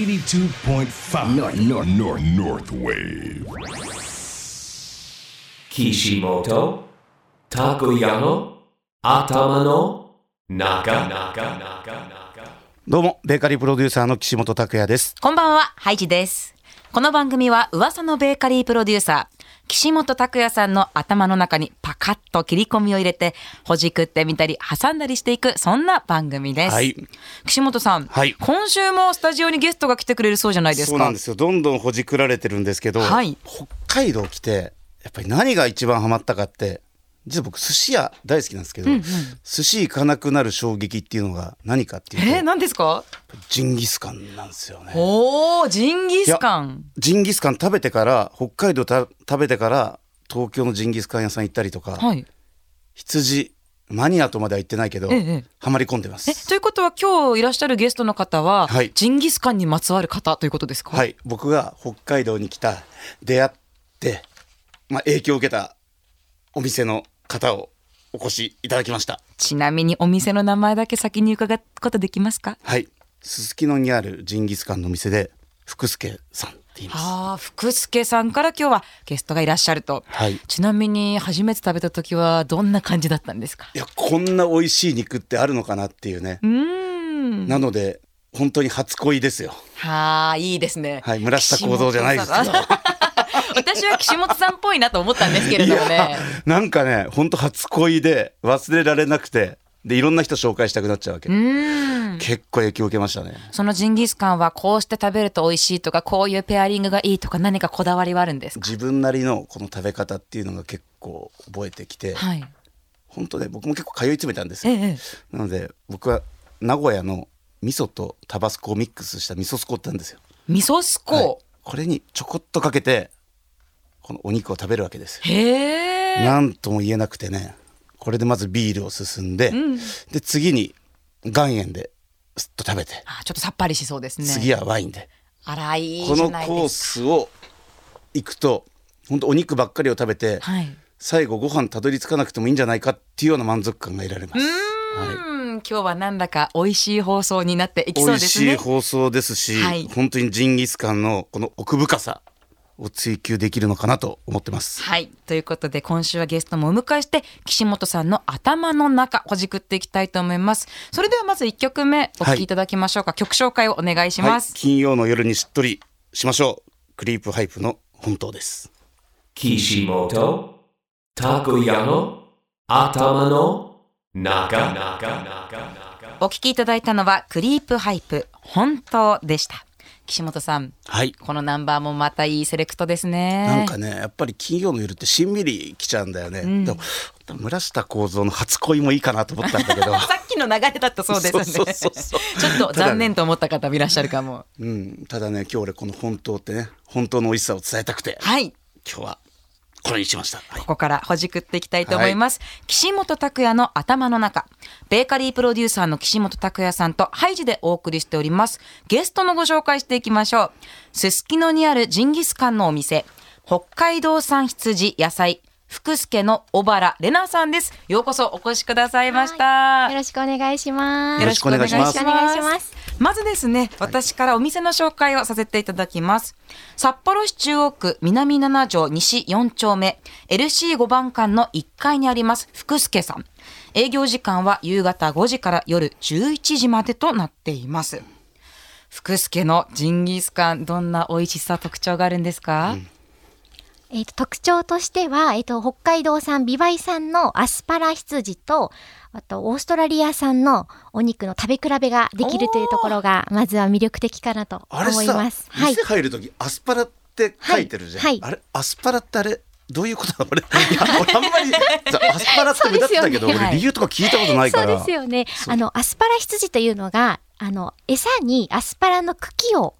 82.5 North, North, North, North Wave. 岸本たこやの頭の中どうも、ベーカリープロデューサーの岸本拓也です。こんばんは、ハイジです。この番組は噂のベーカリープロデューサー、岸本拓也さんの頭の中にパカッと切り込みを入れて、ほじくってみたり、挟んだりしていく、そんな番組です。はい岸本さん、はい今週もスタジオにゲストが来てくれるそうじゃないですか。そうなんですよ。どんどんほじくられてるんですけど、はい北海道来て、やっぱり何が一番ハマったかって、実は僕寿司屋大好きなんですけど、寿司行かなくなる衝撃っていうのが何かっていうと、えー、何ですかジンギスカンなんですよね。おー、ジンギスカいやン。ジンギスカン食べてから北海道た食べてから東京のジンギスカン屋さん行ったりとか、はい。羊マニアとまでは行ってないけど、ええハマり込んでまえ、す。ということは今日いらっしゃるゲストの方は、はいジンギスカンにまつわる方ということですかはい、僕が北海道に来た出会って、まあ、影響を受けたお店の方をお越しいただきましたちなみにお店の名前だけ先に伺うことできますかはいすすきのにあるジンギスカンのお店で福助さんって言いますああ、福助さんから今日はゲストがいらっしゃると。はいちなみに初めて食べた時はどんな感じだったんですか。いやこんな美味しい肉ってあるのかなっていうねうーん。なので本当に初恋ですよはあ、いいですね。はい村下幸三じゃないですけど岸本さん 私は岸本さんっぽいなと思ったんですけれどもいやね。なんかね本当初恋で忘れられなくてでいろんな人紹介したくなっちゃうわけうーん。結構影響を受けましたねそのジンギスカンはこうして食べると美味しいとかこういうペアリングがいいとか何かこだわりはあるんですか。自分なりのこの食べ方っていうのが結構覚えてきて、はい。本当ね僕も結構通い詰めたんですえよ、え。なので僕は名古屋の味噌とタバスコをミックスした味噌スコってあるんですよ、味噌スコ。はいこれにちょこっとかけてこのお肉を食べるわけですへえ。なんとも言えなくてねこれでまずビールを進んで、で次に岩塩ですっと食べて、あちょっとさっぱりしそうですね。次はワインであらいいじこゃのないですコースか。を行くと本当お肉ばっかりを食べて、はい。最後ご飯たどり着かなくてもいいんじゃないかっていうような満足感が得られます。はいうん、今日はなんだか美味しい放送になっていき美そうで味すしいね。放送ですし、はい本当にジンギスカンのこの奥深さを追求できるのかなと思ってます。はい。ということで、今週はゲストもお迎えして、岸本さんの頭の中、ほじくっていきたいと思います。それではまず1曲目、お聴きいただきましょうか。曲紹介をお願いしはいます、。金曜の夜にしっとりしましょう。クリープハイプの本当です。岸本たこやの頭の中お聴きいただいたのは、クリープハイプ、本当でした。岸本さん、はい。このナンバーもまたいいセレクトですね。なんかね、やっぱり金曜の夜ってしんみりきちゃうんだよね。でも村下幸三の初恋もいいかなと思ったんだけ ど。さっきの流れだったそうですね。そうそうそうそうちょっと残念と思った方もいらっしゃるかも。うん、ただね今日俺この本当ってね本当の美味しさを伝えたくてはい。今日はこれにしました、はいここからほじくっていきたいと思います、岸本拓也の頭の中ベーカリープロデューサーの岸本拓也さんとハイジでお送りしておりますゲストのご紹介していきましょうすすきのにあるジンギスカンのお店北海道産羊野菜福助の小原玲奈さんですようこそお越しくださいました、よろしくお願いします。よろしくお願いしますよろくお願いします。まずですね、私からお店の紹介をさせていただきます。札幌市中央区南7条西4丁目 LC5 番館の1階にあります福助さん。営業時間は夕方5時から夜11時までとなっています。福助のジンギスカン、どんな美味しさ特徴があるんですか、えっ、と特徴としてはえっ、と北海道産美唄産のアスパラ羊とあとオーストラリア産のお肉の食べ比べができるというところがまずは魅力的かなとあれ思いさ、ます。はい店。入る時アスパラって書いてるじゃん、はいはいあれアスパラってあれどういうことだ俺いや俺あんまりさアスパラって目立ってたけど、そうですよね俺理由とか聞いたことないそかうらですよね。あのアスパラ羊というのがあの餌にアスパラの茎を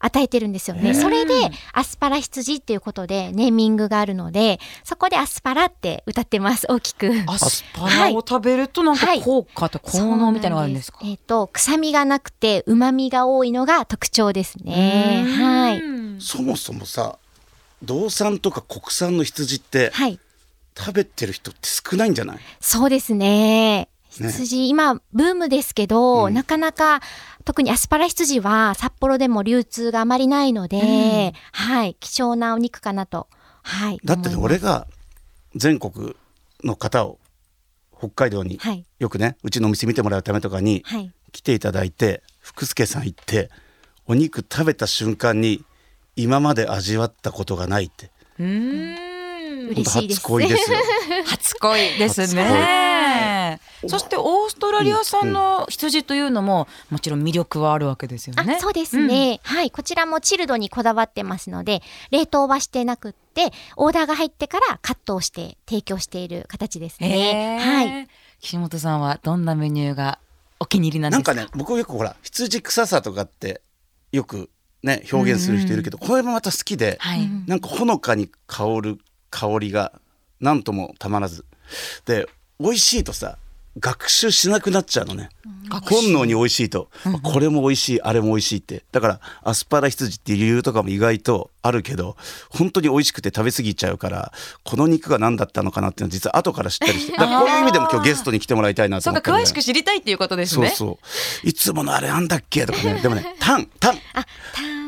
与えてるんですよね。それでアスパラ羊っていうことでネーミングがあるので、そこでアスパラって歌ってます。大きく。アスパラを食べるとなんかはい効果と効能みたいなのがあるんですか、そうなんですえっ、と臭みがなくて旨味が多いのが特徴ですね。はい。そもそもさ道産とか国産の羊って、はい。食べてる人って少ないんじゃないそうですね。羊、今、ブームですけど、なかなか、特にアスパラ羊は札幌でも流通があまりないので、はい、貴重なお肉かなと。はい。だってね思います俺が全国の方を北海道に、はいよくねうちのお店見てもらうためとかにはい。来ていただいて福助さん行ってお肉食べた瞬間に今まで味わったことがないってうーん本当嬉しいです初恋です よ初恋ですね。そしてオーストラリア産の羊というのももちろん魅力はあるわけですよね。あそうですね、はいこちらもチルドにこだわってますので冷凍はしてなくってオーダーが入ってからカットをして提供している形ですうん。ね、はいい。岸本さんはどんなメニューがお気に入りなんでなんすか。かね僕よくほら羊臭さとかってよくね表現する人いるけど、これもまた好きで、はい。なんかほのかに香る香りがなんともたまらずで美味しいとさ学習しなくなっちゃうのね本能に美味しいと、これも美味しいあれも美味しいってだからアスパラ羊っていう理由とかも意外とあるけど本当に美味しくて食べ過ぎちゃうからこの肉が何だったのかなっていうのは実は後から知ったり してだからこういう意味でも今日ゲストに来てもらいたいなとそう思かってるんだよ詳しく知りたいっていうことですそうね。そういつものあれなんだっけとかねでもねタンタン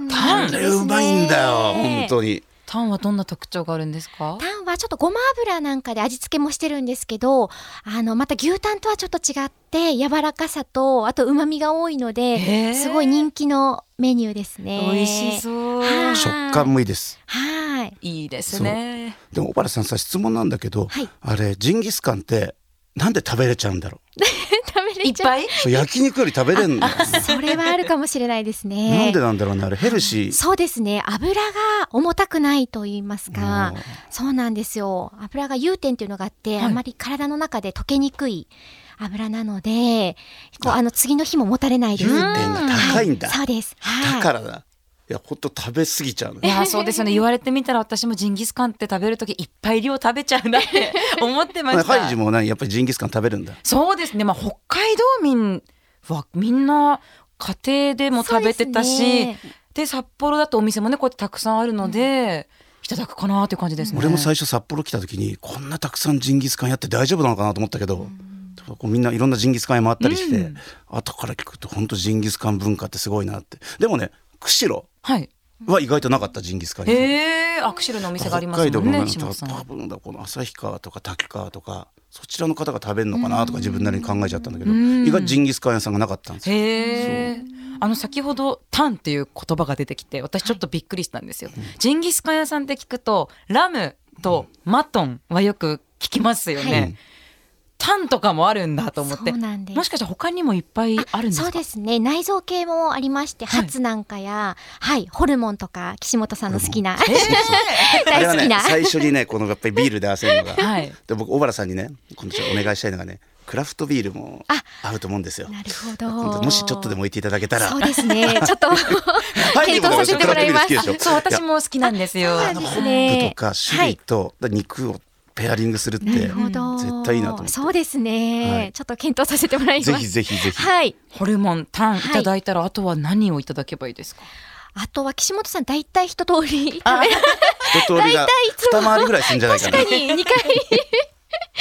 タあれうまいんだよ本当にタンはどんな特徴があるんですか。タンはちょっとごま油なんかで味付けもしてるんですけどあのまた牛タンとはちょっと違って柔らかさとあと旨味が多いのへでーすごい人気のメニューですね美味しそう。はい食感もいいです はいいいですね。でも小原さんさ質問なんだけど、はいあれジンギスカンってなんで食べれちゃうんだろ。食べいれっちゃうぱいうそう焼肉より食べれんのそれはあるかもしれないですなねんでなんだろうねあれヘルシーそうですね油が重たくないと言いますかそうなんですよ油が融点っていうのがあって、あまり体の中で溶けにくい油なのでこうあの次の日ももたれないです融点が高いんだはそうですはいだからだいやほんと食べ過ぎちゃうのいやそうですよね言われてみたら私もジンギスカンって食べる時いっぱい量食べちゃうなって思ってましたハイジもねやっぱりジンギスカン食べるんだそうですね、まあ、北海道民はみんな家庭でも食べてたそうしで,、ですね札幌だとお店もねこうやってたくさんあるので、いただくかなっていう感じですね。俺も最初札幌来た時にこんなたくさんジンギスカンやって大丈夫なのかなと思ったけど、こうみんないろんなジンギスカン屋回ったりして、後から聞くと本当ジンギスカン文化ってすごいなってでもね釧路はいは意外となかったジンギスカン屋さんえー、アクシルのお店がありま北す海道ものんねなん岸か本さん多分だこの旭川とか滝川とかそちらの方が食べるのかなとか自分なりに考えちゃったんだけど意外とジンギスカン屋さんがなかったんですよ。へえ。あの先ほどタンっていう言葉が出てきて私ちょっとびっくりしたんですよ。ジンギスカン屋さんって聞くとラムとマトンはよく聞きますよね。はタンとかもあるんだと思って。そうなんですもしかしたら他にもいっぱいあるんですか。そうですね内臓系もありましてはいハツなんかやはい、ホルモンとか岸本さんの好きなあれは大好きねな、最初にねこのやっぱりビールで焦るのが、 はいで僕小原さんにね今度ちょっとお願いしたいのがねクラフトビールもあ合うと思うんですよ。 なるほ今ど度もしちょっとでも置いていただけたらそうですねちょ っとハイジ検も討させてもらいますクラフトビール好きでしょそう私も好きなんですよ。そうなんですホップねとか種類と肉をペアリングするってなるほど。絶対いいなと思ってそうですね、はいちょっと検討させてもらいます。ぜひぜひぜひはい。ホルモンタンいはいただいたら、あとは何をいただけばいいですか。あとは岸本さん大体一通り食べられ一通りが二回りぐらいするんじゃないか 確かな。に2回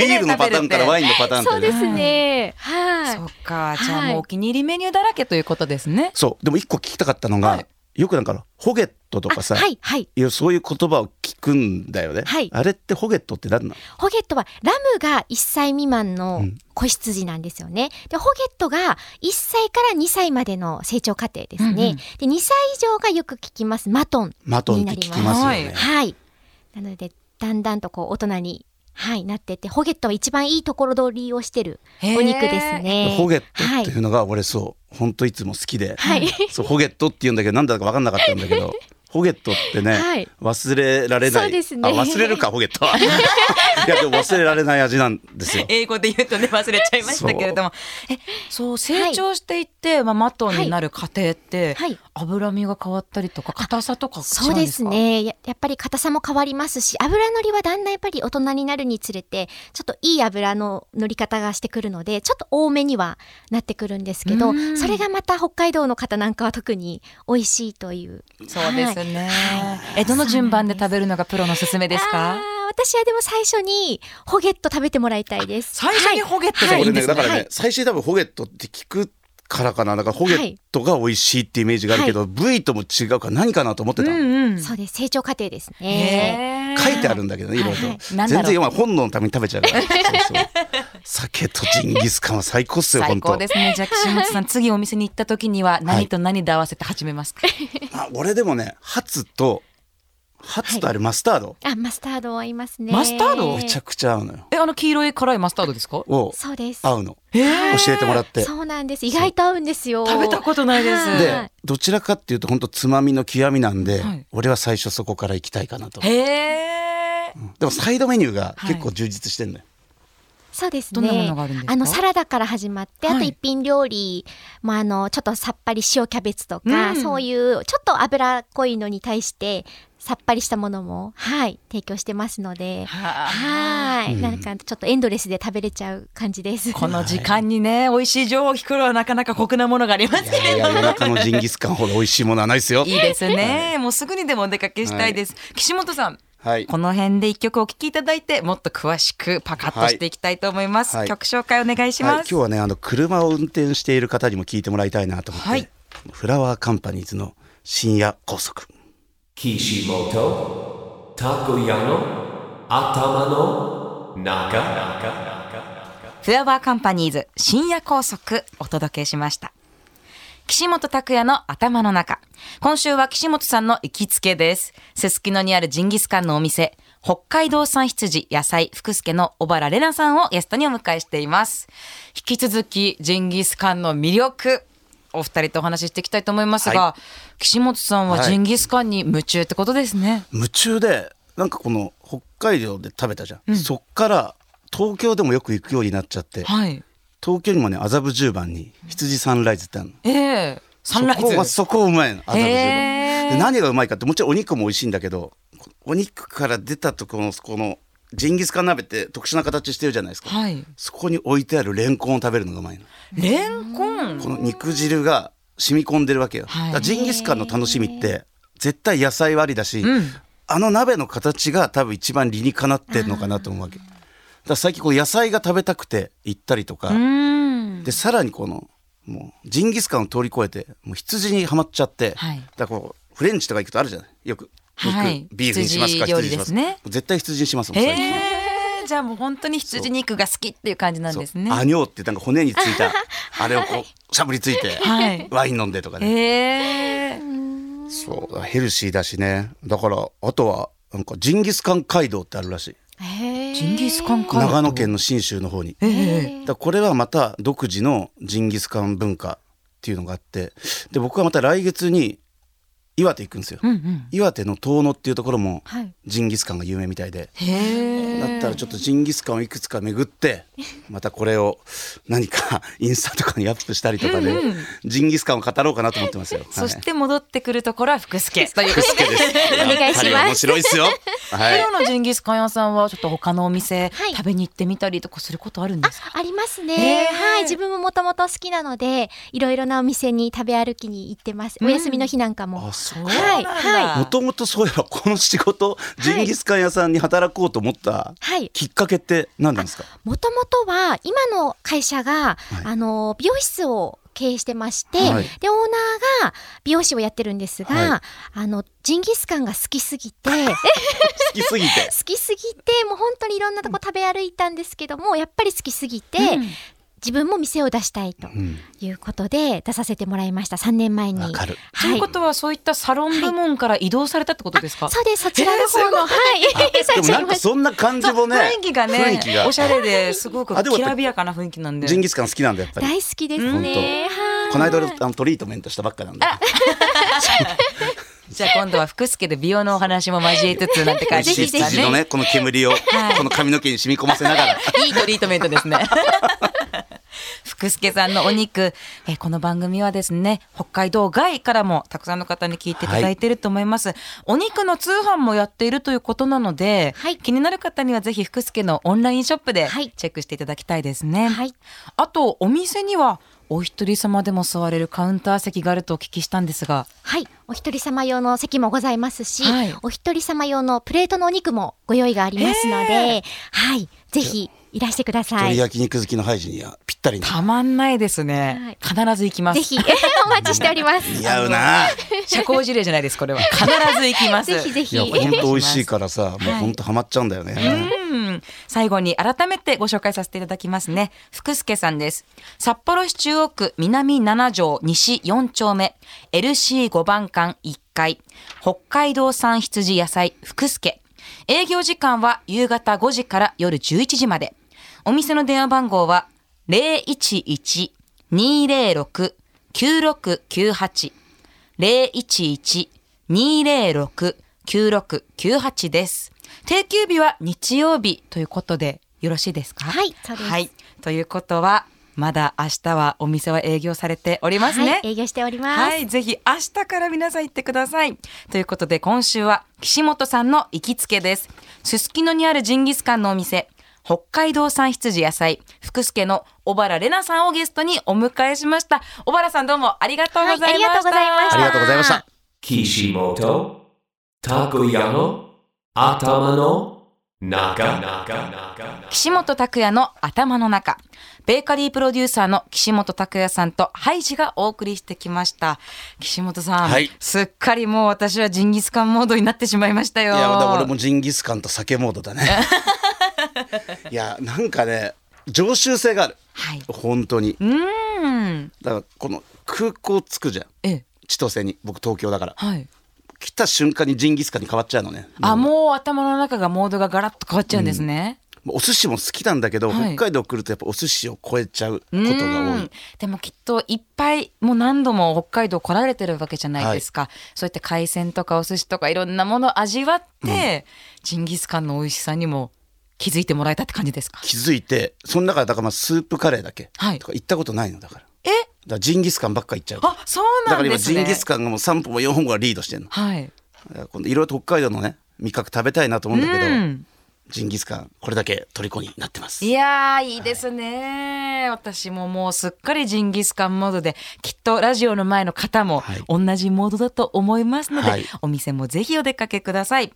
ビールのパターンからワインのパターンそとうでね。すね。はい。そうかじゃあはいもうお気に入りメニューだらけということですね。そうでも一個聞きたかったのが、はいよくなんかホゲットとかさ、あはいはい。いやそういう言葉を聞くんだよね、はいあれってホゲットって何なのホゲットはラムが1歳未満のん子羊なんですよね。で、ホゲットが1歳から2歳までの成長過程ですね。で、2歳以上がよく聞きますマトンマトンっにて聞なりきまますす。よね、はいはい。なので、だんだんとこう大人に、はい、なってって、ホゲットは一番いいところ取りをしてるへーお肉ですね。ホゲットっていはうのが俺そう本当いつも好きで、はいそうホゲットって言うんだけど何だか分かんなかったんだ けどホゲットってね、はい忘れられないそうですねあ忘れるかホゲッ トはいやでも忘れられない味なんですよ英語で言うとね忘れちゃいましたけれどもえそう成長していって、まあ、マトンになる過程って、はい脂身が変わったりとか硬さとか違そうんうでですすかねや。やっぱり硬さも変わりますし、油のりはだんだんやっぱり大人になるにつれて、ちょっといい油の乗り方がしてくるので、ちょっと多めにはなってくるんですけど、それがまた北海道の方なんかは特に美味しいという。そうですね、はいえどの順番で食べるのがプロのすすめですあか私はでも最初にホゲット食べてもらいたいです。最初にはいホゲットはがいいい俺んでねすねだからはねい最初に多分ホゲットって聞くからかなだからホゲットが美味しいってイメージがあるけど、部位とも違うから何かなと思ってた、うんうんそうです成長過程ですね。へー書いてあるんだけどねいろいはいろはといな全んだろう然まあ本能のために食べちゃう からそうそう酒とジンギスカンは最高っすよ最本高当ですね。じゃあ岸本さん、次お店に行った時には何と何で合わせて始めますか。あ俺でもねハツとハツとあれマスタード、あマスタードはいますね。マスタードめちゃくちゃ合うのよ え、あの黄色い辛いマスタードですか。をそうです。合うのえー教えてもらってそうなんです。意外と合うんですよ。食べたことないですはでどちらかっていうと本当つまみの極みなんで、はい俺は最初そこから行きたいかなとへえ。でもサイドメニューがはい結構充実してんのよ、そうですね。どんなものがあるんですかのサラダから始まって、あはとい一品料理、まああのちょっとさっぱり塩キャベツとか、うんそういうちょっと脂っこいのに対してさっぱりしたものもはい提供してますので、はあはい、なんかちょっとエンドレスで食べれちゃう感じです。この時間にね、美味しい情報を聞くのはなかなか酷なものがありますけいやれいどやも夜。中のジンギスカンほど美味しいものはないですよいいですね。もうすぐにでもお出かけしたいです。岸本さん。はいこの辺で一曲お聴きいただいてもっと詳しくパカッとしていきたいと思います、はい曲紹介お願いしはい、ま今す、日はねあの車を運転している方にも聞いてもらいたいなと思って、はいフラワーカンパニーズの深夜高速 Kishimoto Takoyano Atamano Naka フラワーカンパニーズ深夜高速お届けしました岸本拓也の頭の中今週は岸本さんの行きつけですすすきのにあるジンギスカンのお店北海道産羊野菜福助の小原玲奈さんをゲストにお迎えしています引き続きジンギスカンの魅力お二人とお話ししていきたいと思いますが、は岸本さんはジンギスカンに夢中ってことですね、夢中でなんかこの北海道で食べたじゃん、そっから東京でもよく行くようになっちゃって、はい。東京にもね麻布十番に羊サンライズってあるのええサンライそこはズ。そこうまいの麻布十番、へーで何がうまいかってもちろんお肉も美味しいんだけどお肉から出たところのこのジンギスカン鍋って特殊な形してるじゃないですか、はい。そこに置いてあるレンコンを食べるのがうまいのレンコン。この肉汁が染み込んでるわけよ、はいだからジンギスカンの楽しみって絶対野菜割りだし、うんあの鍋の形が多分一番理にかなってるのかなと思うわけだから最近こう野菜が食べたくて行ったりとか、うん。でさらにこのもうジンギスカンを通り越えてもう羊にはまっちゃって、はいだからこうフレンチとか行くとあるじゃないよく肉、はいビーフにしますか羊料羊にし理ますですね絶対羊にしますもんえ最近えじゃあもう本当に羊肉が好きっていう感じなんですねそう。アニョーってなんか骨についたあれをこうしゃぶりついて、はいワイン飲んでとかねええそうヘルシーだしねだからあとはなんかジンギスカン街道ってあるらしいジンギスカンか。長野県の信州の方に、ええだからこれはまた独自のジンギスカン文化っていうのがあってで僕はまた来月に岩手行くんですよ、うんうん。岩手の遠野っていうところもはいジンギスカンが有名みたいで、へえ。だったらちょっとジンギスカンをいくつか巡ってまたこれを何か インスタとかにアップしたりとかで、ジンギスカンを語ろうかなと思ってますよ。そして戻ってくるところは福助という。はい、福助ですお願やいしますっぱり面白いですよ。はいプロのジンギスカン屋さんはちょっと他のお店はい食べに行ってみたりとかすることあるんですか。ありますへね。ーはい、自分ももともと好きなので、いろいろなお店に食べ歩きに行ってます。お休みの日なんかも。あそうはい、はい、もともとそういえばこの仕事ジンギスカン屋さんに働こうと思ったはい。きっかけって何なんですか、もともとは今の会社が、いあの美容室を経営してまして、はいでオーナーが美容師をやってるんですが、はあのジンギスカンが好きすぎてえ好好きすぎ てきすぎてもう本当にいろんなとこ食べ歩いたんですけどもやっぱり好きすぎて、自分も店を出したいということで出させてもらいました3年前に。わかるということはそういったサロン部門から移動されたってことですか。そうですそちらの方の、はいさでれもちゃないん まかしたそんな感じもね雰囲気がね雰囲気がおしゃれですごくあでもきらびやかな雰囲気なんでジンギスカン好きなんだやっぱり大好きですね。はいこの間俺あのトリートメントしたばっかなんでじゃあ今度は福助で美容のお話も交えつつなんて感じぜでひすぜかひ羊のねねこの煙をこの髪の毛に染み込ませながらいいトリートメントですね 福助さんのお肉えーこの番組はですね北海道外からもたくさんの方に聞いていただいていると思います、お肉の通販もやっているということなので、はい気になる方にはぜひ福助のオンラインショップではいチェックしていただきたいですね、はいあとお店にはお一人様でも座れるカウンター席があるとお聞きしたんですがはい、お一人様用の席もございますし、はいお一人様用のプレートのお肉もご用意がありますので、はい、ぜひいらしてください。鳥ぜ焼肉好きのハイジにはぴったりなたまんないですね、必ず行きますひ お待ちしております。似合うな社交辞令じゃないですこ れは必ず行きますぜひぜいひや。お願本いします当美味しいからさもう本当ハマっちゃうんだよねうん最後に改めてご紹介させていただきますね福助さんです札幌市中央区南7条西4丁目 LC5 番館1階北海道産羊野菜福助営業時間は夕方5時から夜11時までお店の電話番号は011-206-9698 011-206-9698です。定休日は日曜日ということでよろしいですかはいそうですはい。ということは、まだ明日はお店は営業されておりますね。はい、営業しております。はい、ぜひ明日から皆さん行ってください。ということで今週は岸本さんの行きつけです。すすきのにあるジンギスカンのお店、北海道産羊野菜、福助の小原玲奈さんをゲストにお迎えしました。小原さんどうもありがとうございました。はいありがとうございましたありがとうございました Kishimoto Takoyano Atama no Naka Naka 岸本拓也の頭の中ベーカリープロデューサーの岸本拓也さんとハイジがお送りしてきました岸本さん、はいすっかりもう私はジンギスカンモードになってしまいましたいよやだから俺もジンギスカンと酒モード だねいやなんかね常習性があるはい本当にうーんだからこの空港着くじゃんええ千歳に僕東京だからはい来た瞬間にジンギスカンに変わっちゃうのねあもう頭の中がモードがガラッと変わっちゃうんですね、お寿司も好きなんだけど、はい北海道来るとやっぱお寿司を超えちゃうことうがん多いでもきっといっぱいもう何度も北海道来られてるわけじゃないですか、そういった海鮮とかお寿司とかいろんなものを味わって、ジンギスカンの美味しさにも気づいてもらえたって感じですか気づいてその中でだからまあスープカレーだけ、はいとか行ったことないのだからだかえらジンギスカンばっか行っちゃうあそうだなかんら今ですジねンギスカンがもう3歩も4本がリードしてんのはいだから今度いろいろと北海道のね味覚食べたいなと思うんだけど、うんジンギスカンこれだけ虜になってますいやーいいですね、私ももうすっかりジンギスカンモードできっとラジオの前の方もはい同じモードだと思いますので、はいお店もぜひお出かけください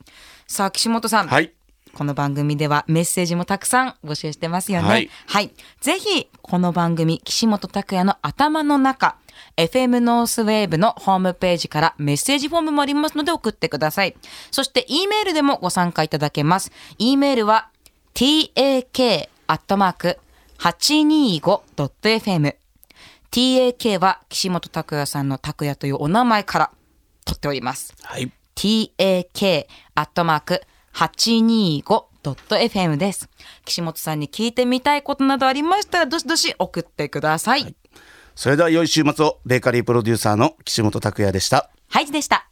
さあ岸本さん、はいこの番組ではメッセージもたくさん募集してますよね。ははいい。ぜひ、この番組、岸本拓也の頭の中、FM ノースウェーブのホームページからメッセージフォームもありますので送ってください。そして、E メールでもご参加いただけます。E メールは、tak.825.fm。tak は岸本拓也さんの拓也というお名前から取っております。はい、 tak.825.fm です。岸本さんに聞いてみたいことなどありましたら、どしどし送ってください。それでは良い週末をベーカリープロデューサーの岸本拓也でしたハイジでした。